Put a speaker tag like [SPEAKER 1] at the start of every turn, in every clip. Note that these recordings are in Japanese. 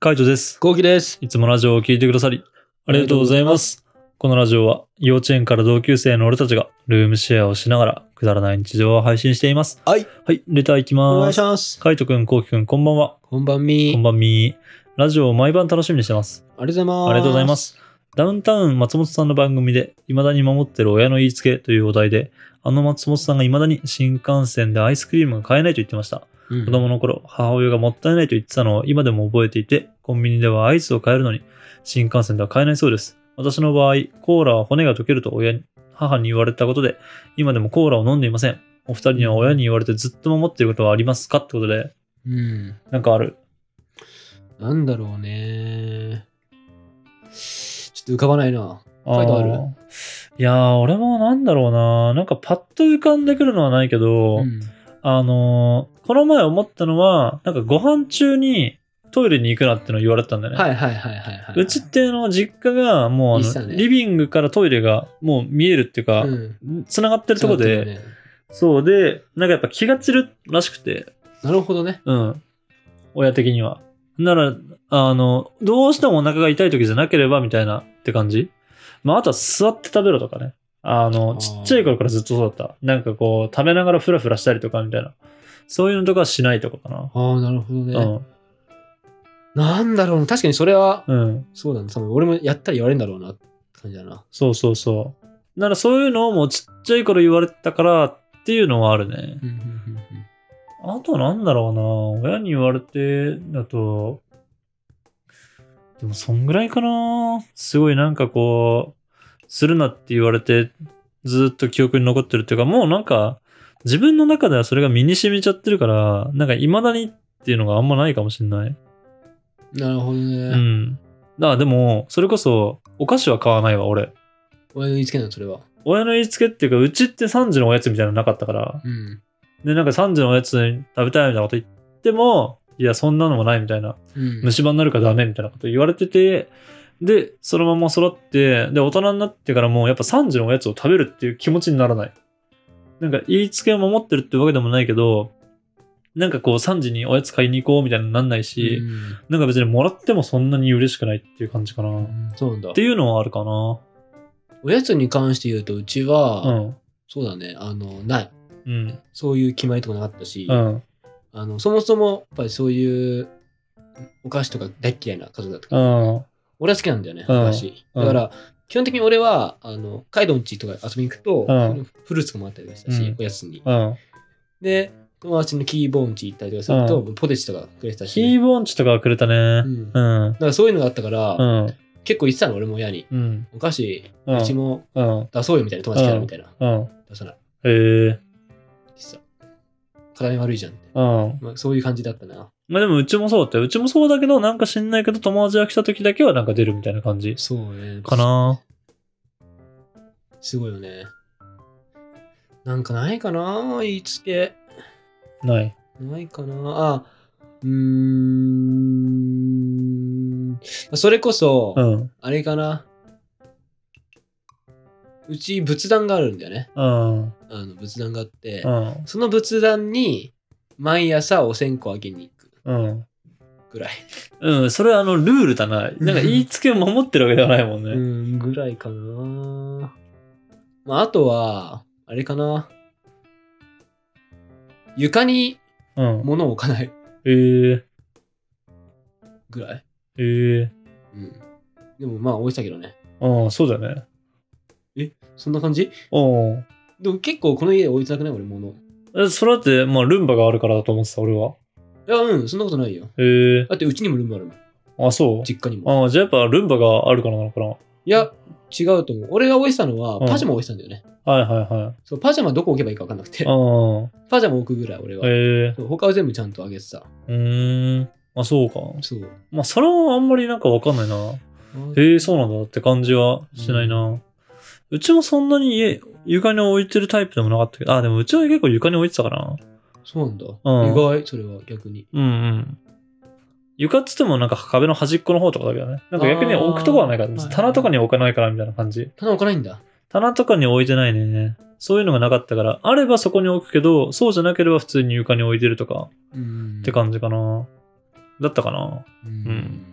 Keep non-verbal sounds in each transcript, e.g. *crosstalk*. [SPEAKER 1] 海斗です。
[SPEAKER 2] こうきです。
[SPEAKER 1] いつもラジオを聞いてくださり、ありがとうございます。このラジオは、幼稚園から同級生の俺たちが、ルームシェアをしながら、くだらない日常を配信しています。
[SPEAKER 2] はい。
[SPEAKER 1] はい、レターいき
[SPEAKER 2] お願
[SPEAKER 1] ま
[SPEAKER 2] いし
[SPEAKER 1] す。
[SPEAKER 2] ます。
[SPEAKER 1] 海斗くん、こうきくん、こんばんは。
[SPEAKER 2] こんばん
[SPEAKER 1] こん
[SPEAKER 2] み。
[SPEAKER 1] ばんみ。ラジオを毎晩楽しみにしてます。
[SPEAKER 2] ありがとうございます。
[SPEAKER 1] ありがとうございま。す。ダウンタウン松本さんの番組で、未だに守ってる親の言いつけというお題で、あの松本さんが未だに新幹線でアイスクリームが買えないと言ってました。
[SPEAKER 2] うん
[SPEAKER 1] 子供の頃、母親がもったいないと言ってたのを今でも覚えていて、コンビニではアイスを買えるのに、新幹線では買えないそうです。私の場合、コーラは骨が溶けると親に母に言われたことで、今でもコーラを飲んでいません。お二人には親に言われてずっと守っていることはありますかってことで、
[SPEAKER 2] うん。
[SPEAKER 1] なんかある。
[SPEAKER 2] なんだろうね。ちょっと浮かばないな。書いてある
[SPEAKER 1] ーいやー、俺もなんだろうな。なんかパッと浮かんでくるのはないけど、
[SPEAKER 2] うん
[SPEAKER 1] あのーこの前思ったのは、なんかご飯中にトイレに行くなっての言われたんだよね。
[SPEAKER 2] はいはいはいはいはい。
[SPEAKER 1] うちってあの実家がもうあ
[SPEAKER 2] 一緒
[SPEAKER 1] の
[SPEAKER 2] ね
[SPEAKER 1] リビングからトイレがもう見えるっていうか、
[SPEAKER 2] うん。
[SPEAKER 1] つながってるとこ
[SPEAKER 2] そうだった
[SPEAKER 1] で、
[SPEAKER 2] よね
[SPEAKER 1] そうで、なんかやっぱ気が散るらしくて、
[SPEAKER 2] なるほどね。
[SPEAKER 1] うん、親的には。なら、あの、どうしてもお腹が痛い時じゃなければみたいなって感じ。まあ、あとは座って食べろとかね。あ
[SPEAKER 2] あ
[SPEAKER 1] の、
[SPEAKER 2] ー
[SPEAKER 1] ちっちゃい頃からずっとそうだった。なんかこう、食べながらフラフラしたりとかみたいな。そういうのとかはしないとかかな。
[SPEAKER 2] ああ、なるほど
[SPEAKER 1] う
[SPEAKER 2] ね。
[SPEAKER 1] ん。
[SPEAKER 2] なんだろうな。確かにそれは、
[SPEAKER 1] うん。
[SPEAKER 2] そうだね。多分俺もやったら言われるんだろうな。って感じだな。
[SPEAKER 1] そうそうそう。ならそういうのをもうちっちゃい頃言われてたからっていうのはあるね。
[SPEAKER 2] うんうんうんうん
[SPEAKER 1] あとなんだろうな。親に言われてだと、でもそんぐらいかな。すごいなんかこう、するなって言われてずっと記憶に残ってるっていうか、もうなんか自分の中ではそれが身に染みちゃってるから、なんか未だにっていうのがあんまないかもしれない。
[SPEAKER 2] なるほ
[SPEAKER 1] う
[SPEAKER 2] どね。
[SPEAKER 1] ん。だからでも、それこそお菓子は買わないわ、俺。
[SPEAKER 2] 親の言いつけなの、それは。
[SPEAKER 1] 親の言いつけっていうか、うちって3時のおやつみたいなのなかったから、
[SPEAKER 2] うん。
[SPEAKER 1] で、なんか3時のおやつ食べたいみたいなこと言っても、いや、そんなのもないみたいな、
[SPEAKER 2] うん
[SPEAKER 1] 虫歯になるからダメみたいなこと言われてて、で、そのまま育って、で、大人になってからもうやっぱ3時のおやつを食べるっていう気持ちにならない。なんか言いつけを守ってるってわけでもないけど、なんかこう3時におやつ買いに行こうみたいになんないし、
[SPEAKER 2] うん
[SPEAKER 1] なんか別にもらってもそんなに嬉しくないっていう感じかな。っ
[SPEAKER 2] うんそうなんだ
[SPEAKER 1] て。いうのはあるかな。
[SPEAKER 2] おやつに関して言うと、うち
[SPEAKER 1] う
[SPEAKER 2] は、
[SPEAKER 1] ん。
[SPEAKER 2] そうだね、あの、ない。
[SPEAKER 1] うん。
[SPEAKER 2] そういう決まりとかなかったし、
[SPEAKER 1] うん。
[SPEAKER 2] あのそもそも、やっぱりそういう、お菓子とか大っ嫌いな家族だと
[SPEAKER 1] う
[SPEAKER 2] か、
[SPEAKER 1] ん。
[SPEAKER 2] 俺は好きなんだよね、お
[SPEAKER 1] うん
[SPEAKER 2] 菓子。
[SPEAKER 1] うん
[SPEAKER 2] だから、基本的に俺は、あの、カイドンチとか遊びに行くと、
[SPEAKER 1] うん
[SPEAKER 2] フルーツとかもあったりとかしたし、
[SPEAKER 1] うん
[SPEAKER 2] おやつに。
[SPEAKER 1] うん。
[SPEAKER 2] で、友達のキーボーンチ行ったりとかすると、ポテチとかくれてたし、
[SPEAKER 1] キーボーンチとかはくれた
[SPEAKER 2] う
[SPEAKER 1] ね。
[SPEAKER 2] んだ
[SPEAKER 1] うん。
[SPEAKER 2] からそういうのがあったから、
[SPEAKER 1] うん。
[SPEAKER 2] 結構言ってたの、俺も親に。
[SPEAKER 1] うん。
[SPEAKER 2] お菓子、
[SPEAKER 1] うん。
[SPEAKER 2] うちも
[SPEAKER 1] うん。
[SPEAKER 2] 出そうよみたいな、友達からみたいな。
[SPEAKER 1] うん。
[SPEAKER 2] 出さない。
[SPEAKER 1] へえ。
[SPEAKER 2] 実は。体に悪いじゃんって。
[SPEAKER 1] うん。
[SPEAKER 2] まあ、そういう感じだったな。
[SPEAKER 1] まあでもうちもそうだったよ。うちもそうだけど、なんか知んないけど、友達が来た時だけはなんか出るみたいな感じ
[SPEAKER 2] そうね。
[SPEAKER 1] かな。
[SPEAKER 2] すごいよね。なんかないかな言いつけ。
[SPEAKER 1] ない。
[SPEAKER 2] ないかなあ、うーん。それこそ、
[SPEAKER 1] うん。
[SPEAKER 2] あれかな。うち仏壇があるんだよね。
[SPEAKER 1] うん。
[SPEAKER 2] あの仏壇があって、
[SPEAKER 1] うん。
[SPEAKER 2] その仏壇に毎朝お線香あげに行く
[SPEAKER 1] うん。
[SPEAKER 2] ぐらい。
[SPEAKER 1] うん。それはあの、ルールだな。なんか言いつけを守ってるわけではないもん
[SPEAKER 2] う
[SPEAKER 1] ね。
[SPEAKER 2] ん、ぐらいかな。まあ、あとは、あれかな。床に
[SPEAKER 1] うん。
[SPEAKER 2] 物を置かない
[SPEAKER 1] へえ。
[SPEAKER 2] ぐらい。
[SPEAKER 1] へえ。
[SPEAKER 2] うん。でもまあ、置いてたけどね。
[SPEAKER 1] うん、そうだよね。
[SPEAKER 2] そんな感じ
[SPEAKER 1] うん
[SPEAKER 2] でも結構この家置いてなくない俺、物。い
[SPEAKER 1] え。それだって、まあ、ルンバがあるからだと思ってた、俺は。
[SPEAKER 2] や、うん、そんなことないよ。
[SPEAKER 1] へえ。
[SPEAKER 2] だって、うちにもルームあるもん。
[SPEAKER 1] あ、そう
[SPEAKER 2] 実家にも。
[SPEAKER 1] あじゃあやっぱルンバがあるからなのかな。
[SPEAKER 2] いや、違うと思う。俺が置いてたのは
[SPEAKER 1] う、ん
[SPEAKER 2] パジャマ置いてたんだよね。
[SPEAKER 1] はいはいはい。
[SPEAKER 2] そう、パジャマどこ置けばいいか分かんなくて。
[SPEAKER 1] あ
[SPEAKER 2] パジャマ置くぐらい、俺
[SPEAKER 1] あ、
[SPEAKER 2] は。
[SPEAKER 1] へえ
[SPEAKER 2] そう他は全部ちゃんとあげてた。
[SPEAKER 1] うーん。あ、そうか。
[SPEAKER 2] そう。
[SPEAKER 1] まあ、それはあんまりなんかわかんないな。へえ、そうなんだって感じはしないな。うちもそんなに家、床に置いてるタイプでもなかったけど、あ、でもうちは結構床に置いてたかな。
[SPEAKER 2] そうなんだ。意
[SPEAKER 1] ん
[SPEAKER 2] 外、それは逆に。
[SPEAKER 1] うんうん。床っつってもなんか壁の端っこの方とかだけどね。なんか逆に
[SPEAKER 2] あー
[SPEAKER 1] 置くとこはないから、
[SPEAKER 2] はいはい
[SPEAKER 1] 棚とかに置かないからみたいな感じ。
[SPEAKER 2] 棚置かないんだ。
[SPEAKER 1] 棚とかに置いてないね。そういうのがなかったから、あればそこに置くけど、そうじゃなければ普通に床に置いてるとか
[SPEAKER 2] うん
[SPEAKER 1] って感じかな。だったかな。う
[SPEAKER 2] う
[SPEAKER 1] ん
[SPEAKER 2] ん。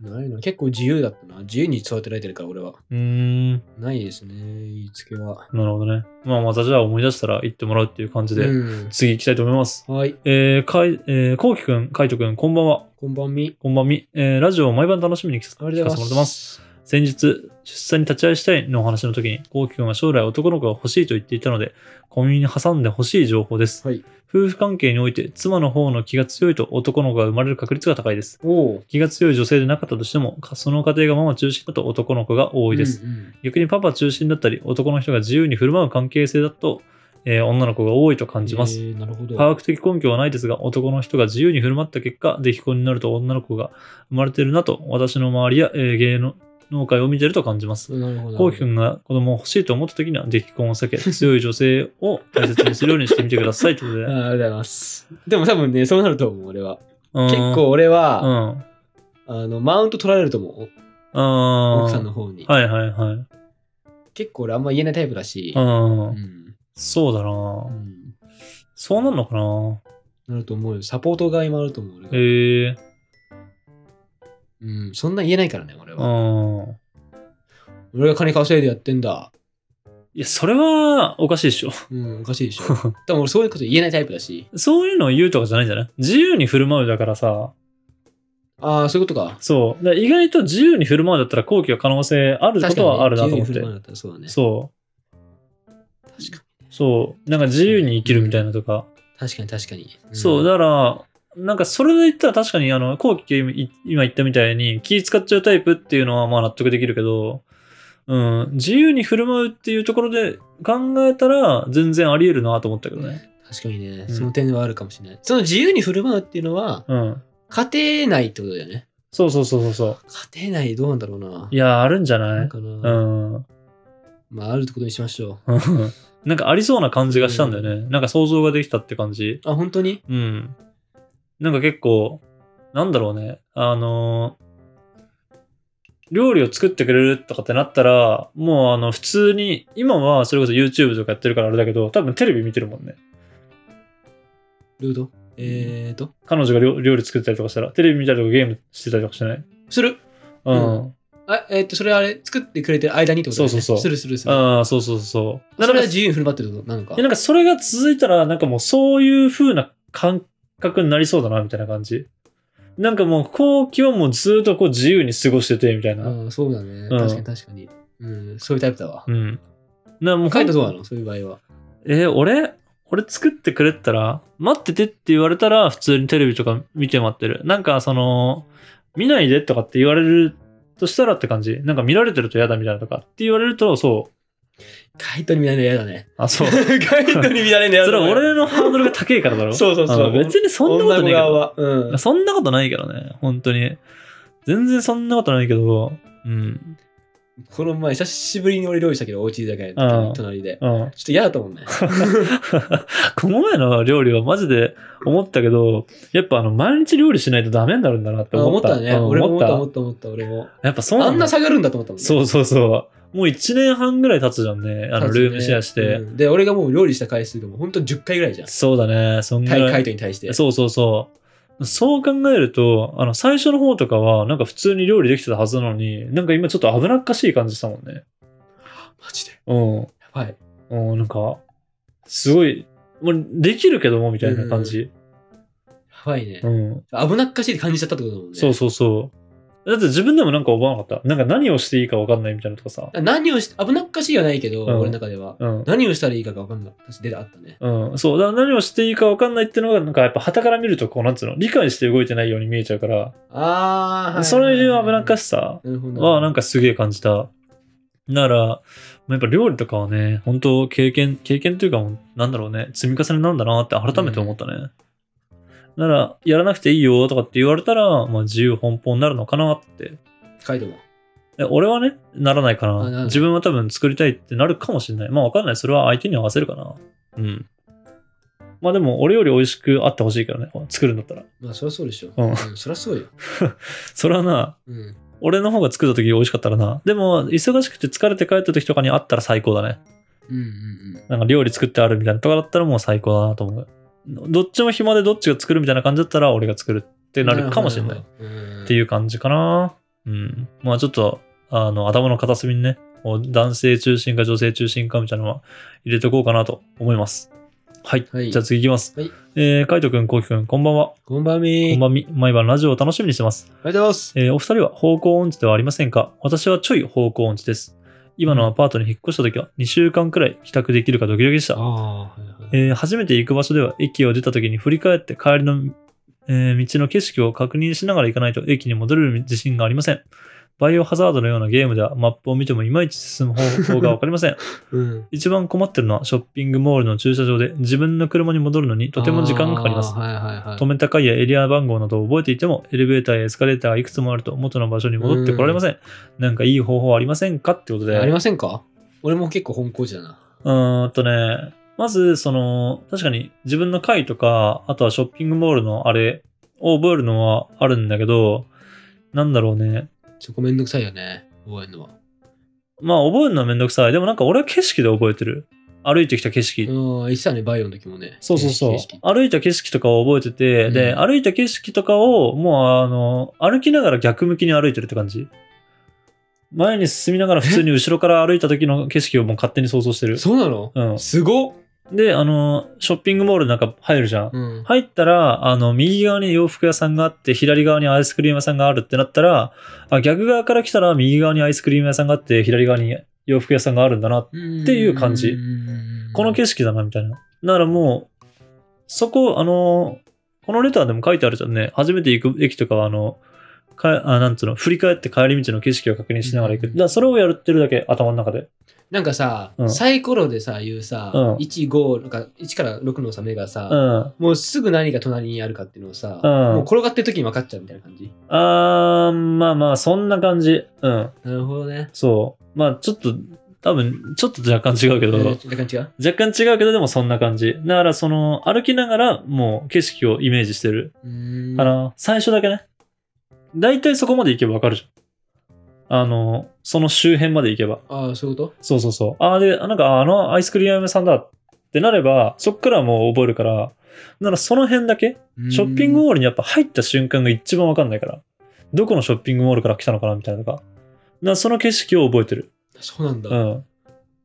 [SPEAKER 2] ないの結構自由だったな。自由に育てられてるから、俺は。
[SPEAKER 1] うーん、
[SPEAKER 2] ないですね、言いつけは。
[SPEAKER 1] なるほどね。まあまたじゃあ思い出したら行ってもらうっていう感じで、
[SPEAKER 2] うん、
[SPEAKER 1] 次行きたいと思います。
[SPEAKER 2] はい、
[SPEAKER 1] えー、かい、えー、こうきくん、かいとくん、こんばんは。
[SPEAKER 2] こんばんみ。
[SPEAKER 1] こんばんみ。えー、ラジオを毎晩楽しみに聞
[SPEAKER 2] あ
[SPEAKER 1] かせ
[SPEAKER 2] り
[SPEAKER 1] て
[SPEAKER 2] が
[SPEAKER 1] も
[SPEAKER 2] と
[SPEAKER 1] ら
[SPEAKER 2] う
[SPEAKER 1] っ
[SPEAKER 2] ござ
[SPEAKER 1] て
[SPEAKER 2] いま
[SPEAKER 1] ます。
[SPEAKER 2] す。
[SPEAKER 1] 先日、出産に立ち会いしたいのお話の時に、こうきくんは将来男の子が欲しいと言っていたので、小耳に挟んで欲しい情報です。
[SPEAKER 2] はい。
[SPEAKER 1] 夫婦関係において、妻の方の気が強いと男の子が生まれる確率が高いです。
[SPEAKER 2] おお。
[SPEAKER 1] 気が強い女性でなかったとしても、その家庭がママ中心だと男の子が多いです。
[SPEAKER 2] うんうん
[SPEAKER 1] 逆にパパ中心だったり、男の人が自由に振る舞う関係性だと、えー女の子が多いと感じます。
[SPEAKER 2] えーなるほど。
[SPEAKER 1] 科学的根拠はないですが、男の人が自由に振る舞った結果、出来婚になると女の子が生まれてるなと、私の周りや、えー芸能農界を見てると感じます。
[SPEAKER 2] なるほど。
[SPEAKER 1] こうきくんが子供を欲しいと思った時には、出来婚を
[SPEAKER 2] *laughs*
[SPEAKER 1] 避け、強い女性を大切にするようにしてみてください。と
[SPEAKER 2] *laughs*
[SPEAKER 1] いうこと
[SPEAKER 2] あ
[SPEAKER 1] で。
[SPEAKER 2] ーありがとうございます。でも多分ね、そうなると思う、俺は。
[SPEAKER 1] うん
[SPEAKER 2] 結、構俺
[SPEAKER 1] う
[SPEAKER 2] は、
[SPEAKER 1] ん。
[SPEAKER 2] あの、マウント取られると思う。
[SPEAKER 1] あ
[SPEAKER 2] 奥さんの
[SPEAKER 1] ー
[SPEAKER 2] 方に。
[SPEAKER 1] はいはいはい。
[SPEAKER 2] 結構俺あんま言えないタイプだし。
[SPEAKER 1] う。
[SPEAKER 2] うんん。
[SPEAKER 1] そうだ
[SPEAKER 2] う
[SPEAKER 1] な。
[SPEAKER 2] ん
[SPEAKER 1] そうなんのかな。
[SPEAKER 2] なると思うよ。サポート側に回ると思う、俺が。
[SPEAKER 1] へえ
[SPEAKER 2] うん。そんな言えないからね、俺は。
[SPEAKER 1] ー。うん。
[SPEAKER 2] 俺が金稼いでやってんだ。
[SPEAKER 1] いや、それはおかしいでしょ。
[SPEAKER 2] うん、おかしい
[SPEAKER 1] *laughs*
[SPEAKER 2] でしょ。でも俺そういうこと言えないタイプだし。
[SPEAKER 1] そういうのを言うとかじゃないんじゃない自由に振る舞うだからさ、
[SPEAKER 2] ああ、そういうことか。
[SPEAKER 1] そう。だから意外と自由に振る舞うだったら後期は可能性あることはあるなと思っ
[SPEAKER 2] 確かにね自由に振
[SPEAKER 1] て
[SPEAKER 2] る。舞うんだったらそうだね。
[SPEAKER 1] そう。
[SPEAKER 2] 確か
[SPEAKER 1] そう。なんか自由に生きるみたいなとか。
[SPEAKER 2] に。確かに確かに。ん
[SPEAKER 1] そう。だから、なんかそれで言ったら確かに、あの、後期が今今言ったみたいに気使っちゃうタイプっていうのはまあ納得できるけど、うん、自由に振る舞うっていうところで考えたら全然あり得るなと思ったけどね。
[SPEAKER 2] 確かにね、
[SPEAKER 1] うん
[SPEAKER 2] その点はあるかもしれない。その自由に振る舞うっていうのは、
[SPEAKER 1] うん。
[SPEAKER 2] 家庭内ってことだよね。
[SPEAKER 1] そうそうそうそうそう。
[SPEAKER 2] 家庭内どうなんだろうな。
[SPEAKER 1] いや、あるんじゃな
[SPEAKER 2] ないんか
[SPEAKER 1] う
[SPEAKER 2] な、
[SPEAKER 1] ん。
[SPEAKER 2] まあ、あるってことにしましょ
[SPEAKER 1] うんなんかありそうな感じがしたんだよね。なんか想像ができたって感じ。
[SPEAKER 2] う。あ、本当に
[SPEAKER 1] うん。なんか結構、なんだろうね。あのー料理を作ってくれるとかってなったら、もうあの、普通に、今はそれこそ YouTube とかやってるからあれだけど、多分テレビ見てるもんね。
[SPEAKER 2] どういうことえーと、
[SPEAKER 1] 彼女が料料理作ったりとかしたら、テレビ見たりとかゲームしてたりとかしてない
[SPEAKER 2] する
[SPEAKER 1] うん。
[SPEAKER 2] うあ、えーと、それあれ、作ってくれてる間にってことだよね
[SPEAKER 1] そうそうそう
[SPEAKER 2] するするする。
[SPEAKER 1] ああ、そうそうそう。
[SPEAKER 2] それは
[SPEAKER 1] なんか
[SPEAKER 2] 自由に振る舞ってるってことなのか
[SPEAKER 1] え。なんかそれが続いたら、なんかもうそういう風な感覚になりそうだな、みたいな感じ。なんかもう後期はもうずっとこう自由に過ごしてて、みたいな。
[SPEAKER 2] ああ、そうだね。確かに確かに。うん、そういうタイプだわ。
[SPEAKER 1] うん。なもう
[SPEAKER 2] カイトどう
[SPEAKER 1] ほん
[SPEAKER 2] なのそういう場合は。
[SPEAKER 1] えー俺俺作ってくれたら、待っててって言われたら普通にテレビとか見て待ってる。なんかその、見ないでとかって言われるとしたらって感じ。なんか見られてると嫌だみたいなとかって言われると、そう。
[SPEAKER 2] カイトに見られ *laughs* るの嫌だ
[SPEAKER 1] *laughs*
[SPEAKER 2] ね。
[SPEAKER 1] あ、そう。そ
[SPEAKER 2] カイトに見られるの嫌だ
[SPEAKER 1] れは俺のハードルが高いからだろ。
[SPEAKER 2] *laughs* そうそうそ
[SPEAKER 1] あ
[SPEAKER 2] う。
[SPEAKER 1] 別にそんなことないけ
[SPEAKER 2] 女の子側
[SPEAKER 1] ど。
[SPEAKER 2] はうん。
[SPEAKER 1] そんなことないけどね、本当に。全然そんなことないけど、うん。
[SPEAKER 2] この前、久しぶりに俺料理したけど、お家でだけ
[SPEAKER 1] うん
[SPEAKER 2] 隣で。
[SPEAKER 1] うん。
[SPEAKER 2] ちょっと嫌だったもんね。
[SPEAKER 1] この前の料理はマジで思ったけど、やっぱあの、毎日料理しないとダメになるんだなって
[SPEAKER 2] あ
[SPEAKER 1] *laughs* 思
[SPEAKER 2] 思
[SPEAKER 1] っ。
[SPEAKER 2] ったたね。
[SPEAKER 1] うん
[SPEAKER 2] 俺も思った、思った、思った、俺も。
[SPEAKER 1] やっぱそうな
[SPEAKER 2] あ
[SPEAKER 1] ん
[SPEAKER 2] ん
[SPEAKER 1] だ
[SPEAKER 2] な。下がるんだと思ったもんね。
[SPEAKER 1] そうそうそう。もう1年半ぐらい経つじゃんね。あの、
[SPEAKER 2] そうですね
[SPEAKER 1] ルームシェアして。
[SPEAKER 2] うんで、俺がもう料理した回数がもうほんと10回ぐらいじゃん。
[SPEAKER 1] そうだね、そんぐ
[SPEAKER 2] 対
[SPEAKER 1] ら
[SPEAKER 2] カイ
[SPEAKER 1] い。
[SPEAKER 2] トに対して。
[SPEAKER 1] そうそうそう。そう考えると、あの、最初の方とかは、なんか普通に料理できてたはずなのに、なんか今ちょっと危なっかしい感じしたもんね。
[SPEAKER 2] マジで。
[SPEAKER 1] うん。
[SPEAKER 2] やばい。
[SPEAKER 1] うん、なんか、すごい、もうできるけどもみたいな感じ。
[SPEAKER 2] やばいね
[SPEAKER 1] う。ん。
[SPEAKER 2] 危なっかしいって感じちゃったってことだもんね。
[SPEAKER 1] そうそうそう。だって自分でもなんか思わなかった。なんか何をしていいか分かんないみたいなとかさ。
[SPEAKER 2] 何をし、危なっかしいはないけど、
[SPEAKER 1] うん
[SPEAKER 2] 俺の中では。
[SPEAKER 1] うん。
[SPEAKER 2] 何をしたらいいかが分かんない。確か出てあったね。
[SPEAKER 1] うん、そう。だから何をしていいか分かんないっていうのが、なんかやっぱ旗から見ると、こう、なんつうの、理解して動いてないように見えちゃうから、
[SPEAKER 2] ああ。
[SPEAKER 1] そういう危なっか
[SPEAKER 2] し
[SPEAKER 1] しさ
[SPEAKER 2] い。なるほど。
[SPEAKER 1] は、なんかすげえ感じた。だから、まあやっぱ料理とかはね、本当経験、経験というか、なんだろうね、積み重ねなんだなって改めて思ったね。なら、やらなくていいよとかって言われたら、まあ自由奔放になるのかなって
[SPEAKER 2] カイトも。
[SPEAKER 1] え俺はね、ならないか
[SPEAKER 2] あならな
[SPEAKER 1] な。
[SPEAKER 2] い
[SPEAKER 1] 自分は多分作りたいってなるかもしれない。まあわかんない。それは相手に合わせるかな。うん。まあでも、俺より美味しくあってほしいからね。作るんだったら。
[SPEAKER 2] まあ、そりゃそうでしょ。
[SPEAKER 1] うん
[SPEAKER 2] うん。そりゃそうよ。
[SPEAKER 1] それはな、
[SPEAKER 2] うん。
[SPEAKER 1] 俺の方が作った時美味しかったらな。でも、忙しくて疲れて帰った時とかにあったら最高だね。
[SPEAKER 2] うんうんうん。
[SPEAKER 1] なんか料理作ってあるみたいなとかだったらもう最高だなと思う。どっちも暇でどっちが作るみたいな感じだったら俺が作るってなるかもしれない。っ
[SPEAKER 2] ほど。って
[SPEAKER 1] いうう感じかな。うん。まあちょっと、あの、頭の片隅にね、もう男性中心か女性中心かみたいなのは入れておこうかなと思います。はい。
[SPEAKER 2] はい
[SPEAKER 1] じゃあ次いきます。
[SPEAKER 2] はい
[SPEAKER 1] えー、カイトくん、コウキくん、こんばんは。
[SPEAKER 2] こんばんみ
[SPEAKER 1] こんばんみ。毎晩ラジオを楽しみにしてます。
[SPEAKER 2] ありがとうございます。
[SPEAKER 1] えーお二人は方向音痴ではありませんか私はちょい方向音痴です。今のアパートに引っ越した時は2週間くらい帰宅できるかドキドキでした。
[SPEAKER 2] ああー、はいはい。
[SPEAKER 1] えー初めて行く場所では駅を出た時に振り返って帰りの、えー道の景色を確認しながら行かないと駅に戻れる自信がありません。バイオハザードのようなゲームではマップを見てもいまいち進む方法がわかりま
[SPEAKER 2] *laughs*
[SPEAKER 1] せん。
[SPEAKER 2] うん。
[SPEAKER 1] 一番困ってるのはショッピングモールの駐車場で自分の車に戻るのにとても時間がかかります
[SPEAKER 2] あ。ーはいはいはい。
[SPEAKER 1] 止めた階やエリア番号などを覚えていても、エレベーターやエスカレーターがいくつもあると元の場所に戻ってこられません。なんかいい方法ありませんかってことで。
[SPEAKER 2] ありませんか俺も結構本校時だな。
[SPEAKER 1] うーんとね、まず、その、確かに自分の階とか、あとはショッピングモールのあれを覚えるのはあるんだけど、なんだろうね。
[SPEAKER 2] ちょっとめんどくさいよね。覚えるのは。
[SPEAKER 1] まあ、覚えるのはめんどくさい。でもなんか俺は景色で覚えてる。歩いてきた景色。
[SPEAKER 2] うん、言ってたね、バイオの時もね。
[SPEAKER 1] そうそうそう
[SPEAKER 2] 形式。
[SPEAKER 1] 歩いた景色とかを覚えてて、
[SPEAKER 2] うん
[SPEAKER 1] で、歩いた景色とかを、もう、あの、歩きながら逆向きに歩いてるって感じ。前に進みながら普通に後ろから歩いた時の景色をもう勝手に想像してる。
[SPEAKER 2] そうなの
[SPEAKER 1] うん。
[SPEAKER 2] すごっ
[SPEAKER 1] で、あの、ショッピングモールなんか入るじゃん。
[SPEAKER 2] うん。
[SPEAKER 1] 入ったら、あの、右側に洋服屋さんがあって、左側にアイスクリーム屋さんがあるってなったら、あ、逆側から来たら右側にアイスクリーム屋さんがあって、左側に洋服屋さんがあるんだな。
[SPEAKER 2] って
[SPEAKER 1] ていう感じ。この景
[SPEAKER 2] 色。
[SPEAKER 1] 色だな、みたいな。ならもう、そこ、あの、このレターでも書いてあるじゃんね。初めて行く駅とかは、あの、かあなんつうの、振り返って帰り道の景色を確認しながら行く。
[SPEAKER 2] うん
[SPEAKER 1] だからそれをやるってるだけ、頭の中で。
[SPEAKER 2] なんかさ、
[SPEAKER 1] うん
[SPEAKER 2] サイコロでさ、言うさ、
[SPEAKER 1] うん
[SPEAKER 2] 1、5、なんか1から6のさ、目がさ、
[SPEAKER 1] うん。
[SPEAKER 2] もうすぐ何が隣にあるかっていうのをさ、
[SPEAKER 1] うん
[SPEAKER 2] もう転がってる時に分かっちゃうみたいな感じ。
[SPEAKER 1] あー、まあまあ、そんな感じ。うん。
[SPEAKER 2] なるほどね。
[SPEAKER 1] そう。まあ、ちょっと、多分、ちょっと若干違うけ
[SPEAKER 2] え
[SPEAKER 1] ど、
[SPEAKER 2] ーちょっと感じが
[SPEAKER 1] 若干違うけど、でもそんな感じ。だから、その、歩きながら、もう景色をイメージしてる。
[SPEAKER 2] うーん
[SPEAKER 1] かな。最初だけね。大体そこまで行けばわかるじゃん。あの、その周辺まで行けば。
[SPEAKER 2] ああ、そういうこ
[SPEAKER 1] そうそうそう。ああ、で、あなんか、あのアイスクリーム屋さんだってなれば、そっからはもう覚えるから、ならその辺だけ、
[SPEAKER 2] と
[SPEAKER 1] ショッピングモールにやっぱ入った瞬間が一番わかんないから。どこのショッピングモールから来たのかなみたいなのが。だからその景色を覚えてる。
[SPEAKER 2] ルそうなんだ。
[SPEAKER 1] う
[SPEAKER 2] なる
[SPEAKER 1] ん。い
[SPEAKER 2] ほどね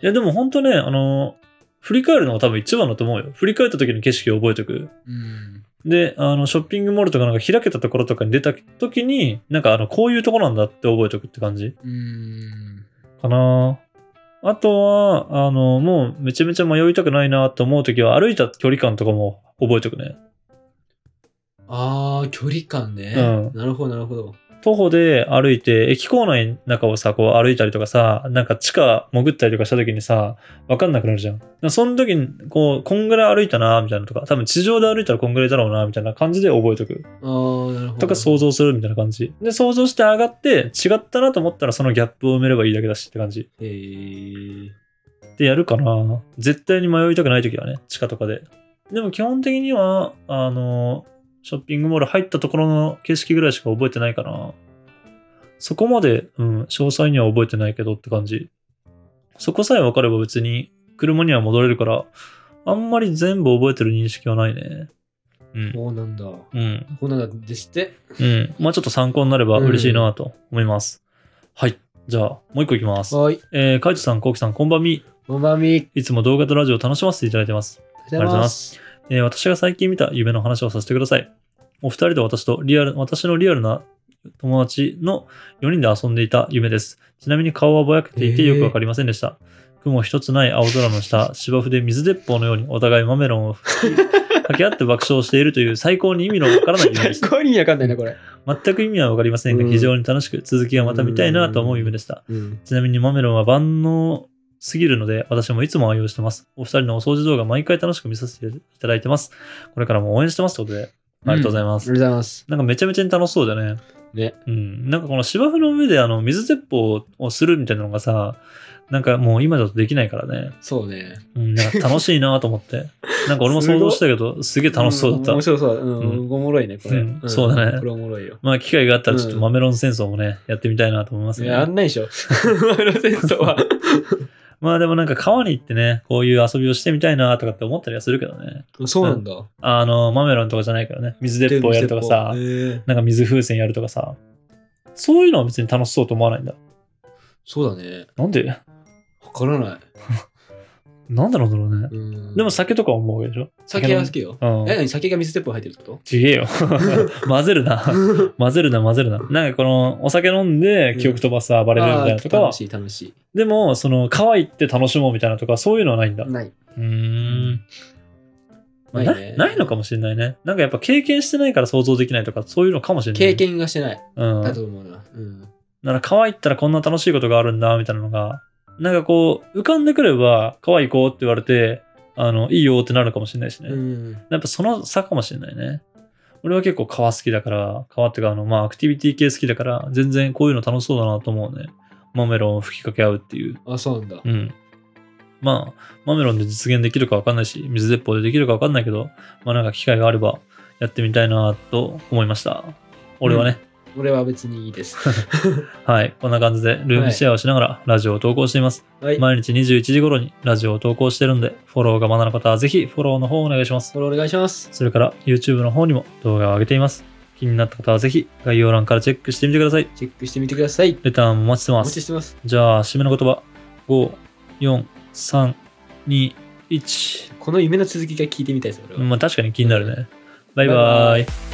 [SPEAKER 1] や、でも本当ね、あの、振り返るのが多分一番だと思うよ。振り返った時の景色を覚えておく。
[SPEAKER 2] うん
[SPEAKER 1] で、あの、ショッピングモールとかなんか開けたところとかに出た時に、なんかあの、こういうとこなんだって覚えておくって感じ
[SPEAKER 2] うーん。
[SPEAKER 1] かなあとは、あの、もうめちゃめちゃ迷いたくないなと思う時は、歩いた距離感とかも覚えておくね。
[SPEAKER 2] ああ、距離感ね。
[SPEAKER 1] うん
[SPEAKER 2] なるほど、なるほど。
[SPEAKER 1] 徒歩で歩いて、駅構内の中をさ、こう歩いたりとかさ、なんか地下潜ったりとかした時にさ、わかんなくなるじゃん。だからその時に、こう、こんぐらい歩いたな、みたいなとか、多分地上で歩いたらこんぐらいだろうな、みたいな感じで覚えとく。
[SPEAKER 2] ああ、なるほど。
[SPEAKER 1] とか想像するみたいな感じ。で、想像して上がって、違ったなと思ったらそのギャップを埋めればいいだけだしって感じ。
[SPEAKER 2] へー
[SPEAKER 1] で、やるかな絶対に迷いたくない時はね、地下とかで。でも基本的には、あの、ショッピングモール入ったところの景色ぐらいしか覚えてないかな。そこまで、うん、詳細には覚えてないけどって感じ。そこさえ分かれば別に車には戻れるから、あんまり全部覚えてる認識はないね。うん。
[SPEAKER 2] そうなんだ。こ
[SPEAKER 1] うん。
[SPEAKER 2] うなんだですって。
[SPEAKER 1] うん。まあちょっと参考になれば嬉しいなと思います。はい。じゃあ、もう一個いきます。
[SPEAKER 2] はい。
[SPEAKER 1] えー、カイトさん、コウキさん、こんばんみ。
[SPEAKER 2] こんばんみ。
[SPEAKER 1] いつも動画とラジオを楽しませていただいてます。
[SPEAKER 2] ありがとうございます。
[SPEAKER 1] えー私が最近見た夢の話をさせてください。お二人と私とリアル、私のリアルな友達の4人で遊んでいた夢です。ちなみに顔はぼやけていて
[SPEAKER 2] えー
[SPEAKER 1] よくわかりませんでした。雲一つない青空の下、芝生で水鉄砲のようにお互いマメロンを
[SPEAKER 2] *laughs*
[SPEAKER 1] 吹き掛け合って爆笑しているという最高に意味のわからない夢でした。
[SPEAKER 2] *laughs* これ意味わかんないな、これ。
[SPEAKER 1] 全く意味はわかりませんが、
[SPEAKER 2] うん
[SPEAKER 1] 非常に楽しく続きがまた見たいなと思う夢でした。
[SPEAKER 2] うん。
[SPEAKER 1] ちなみにマメロンは万能すぎるので、私もいつも愛用してます。お二人のお掃除動画、毎回楽しく見させていただいてます。これからも応援してますということで、ありがとうございま
[SPEAKER 2] ありがと
[SPEAKER 1] す。
[SPEAKER 2] うございます。
[SPEAKER 1] なんかめちゃめちゃに楽しそうだね。
[SPEAKER 2] ね。
[SPEAKER 1] うん。なんかこの芝生の上であの水鉄砲をするみたいなのがさ、なんかもう今だとできないからね。
[SPEAKER 2] そうね。
[SPEAKER 1] うん、なんか楽しいなと思って。なんか俺も想像したけど、すげえ楽しそうだった
[SPEAKER 2] ん面。白そうだ。うん
[SPEAKER 1] う。
[SPEAKER 2] おもろいね、これ。
[SPEAKER 1] うんそうだね
[SPEAKER 2] これおもろいよ。
[SPEAKER 1] まあ機会があったらちょっとマメロン戦争もね、やってみたいなと思いますね。
[SPEAKER 2] やんないでしょ。 *laughs* マロ戦
[SPEAKER 1] *laughs*
[SPEAKER 2] 争は。
[SPEAKER 1] まあでもなんか川に行ってね、こういう遊びをしてみたいなとかって思ったりはするけどね。
[SPEAKER 2] *laughs* そうなんだ。
[SPEAKER 1] あの、マメロンとかじゃないからね、水鉄砲やるとかさ
[SPEAKER 2] へ、ー
[SPEAKER 1] なんか水風船やるとかさ、そういうのは別に楽しそうと思わないんだ。
[SPEAKER 2] そうだね。
[SPEAKER 1] なんで
[SPEAKER 2] わからない。
[SPEAKER 1] なんだろうだろうね。
[SPEAKER 2] うん
[SPEAKER 1] でも酒とか思うわけでしょ
[SPEAKER 2] 酒は好
[SPEAKER 1] 酒
[SPEAKER 2] きよ。
[SPEAKER 1] 飲む
[SPEAKER 2] え、
[SPEAKER 1] うん。
[SPEAKER 2] 何酒が水鉄砲入ってるってこ
[SPEAKER 1] ちげ
[SPEAKER 2] *laughs*
[SPEAKER 1] えよ。混ぜるな。
[SPEAKER 2] と
[SPEAKER 1] 混ぜるな、混ぜるな。なんかこの、お酒飲んで記憶飛ばす暴れるみたいなとか
[SPEAKER 2] あー
[SPEAKER 1] は
[SPEAKER 2] 楽、しい楽しい。
[SPEAKER 1] でも、その、可愛いって楽しもうみたいなとか、そういうのはないんだ。う
[SPEAKER 2] ない。
[SPEAKER 1] ーん。まあ
[SPEAKER 2] ないね
[SPEAKER 1] なないのかもしれないね。なんかやっぱ経験してないから想像できないとか、そういうのかもしれない。
[SPEAKER 2] 経験がしてない。
[SPEAKER 1] うん。
[SPEAKER 2] だと思うな。うん。
[SPEAKER 1] なら可愛いったらこんな楽しいことがあるんだみたいなのがなんかこう浮かんでくれば可愛い子って言われてあのいいよってなるかもしれないしね、
[SPEAKER 2] うん。
[SPEAKER 1] やっぱその差かもしれないね俺は結構川好きだから川っていうかあのまあアクティビティ系好きだから全然こういうの楽しそうだなと思うねマメロンを吹きかけ合うっていう
[SPEAKER 2] あ、そうなんだ
[SPEAKER 1] う。んまあマメロンで実現できるか分かんないし水鉄砲でできるか分かんないけどまあなんか機会があればやってみたいなと思いました俺はね、
[SPEAKER 2] 俺は別にいい *laughs* です。
[SPEAKER 1] はい、こんな感じでルームシェアをしながらラジオを投稿しています。
[SPEAKER 2] はい。フ
[SPEAKER 1] 毎日21時頃にラジオを投稿してるんで、フォローがまだの方はぜひフォローの方をお願いします。
[SPEAKER 2] ォローお願いします。
[SPEAKER 1] それから YouTube の方にも動画を上げています。気になった方はぜひ概要欄からチェックしてみてください。
[SPEAKER 2] チェックしてみてください。
[SPEAKER 1] レターもお待ちして
[SPEAKER 2] お
[SPEAKER 1] ま
[SPEAKER 2] 待ち
[SPEAKER 1] す。
[SPEAKER 2] してます。
[SPEAKER 1] じゃあ、締めの言葉。5、4、3、2、1。
[SPEAKER 2] この夢の続きが聞いてみたいです、俺は。
[SPEAKER 1] まあ確かに気になるね。バイバ
[SPEAKER 2] バイ
[SPEAKER 1] イ
[SPEAKER 2] バイ。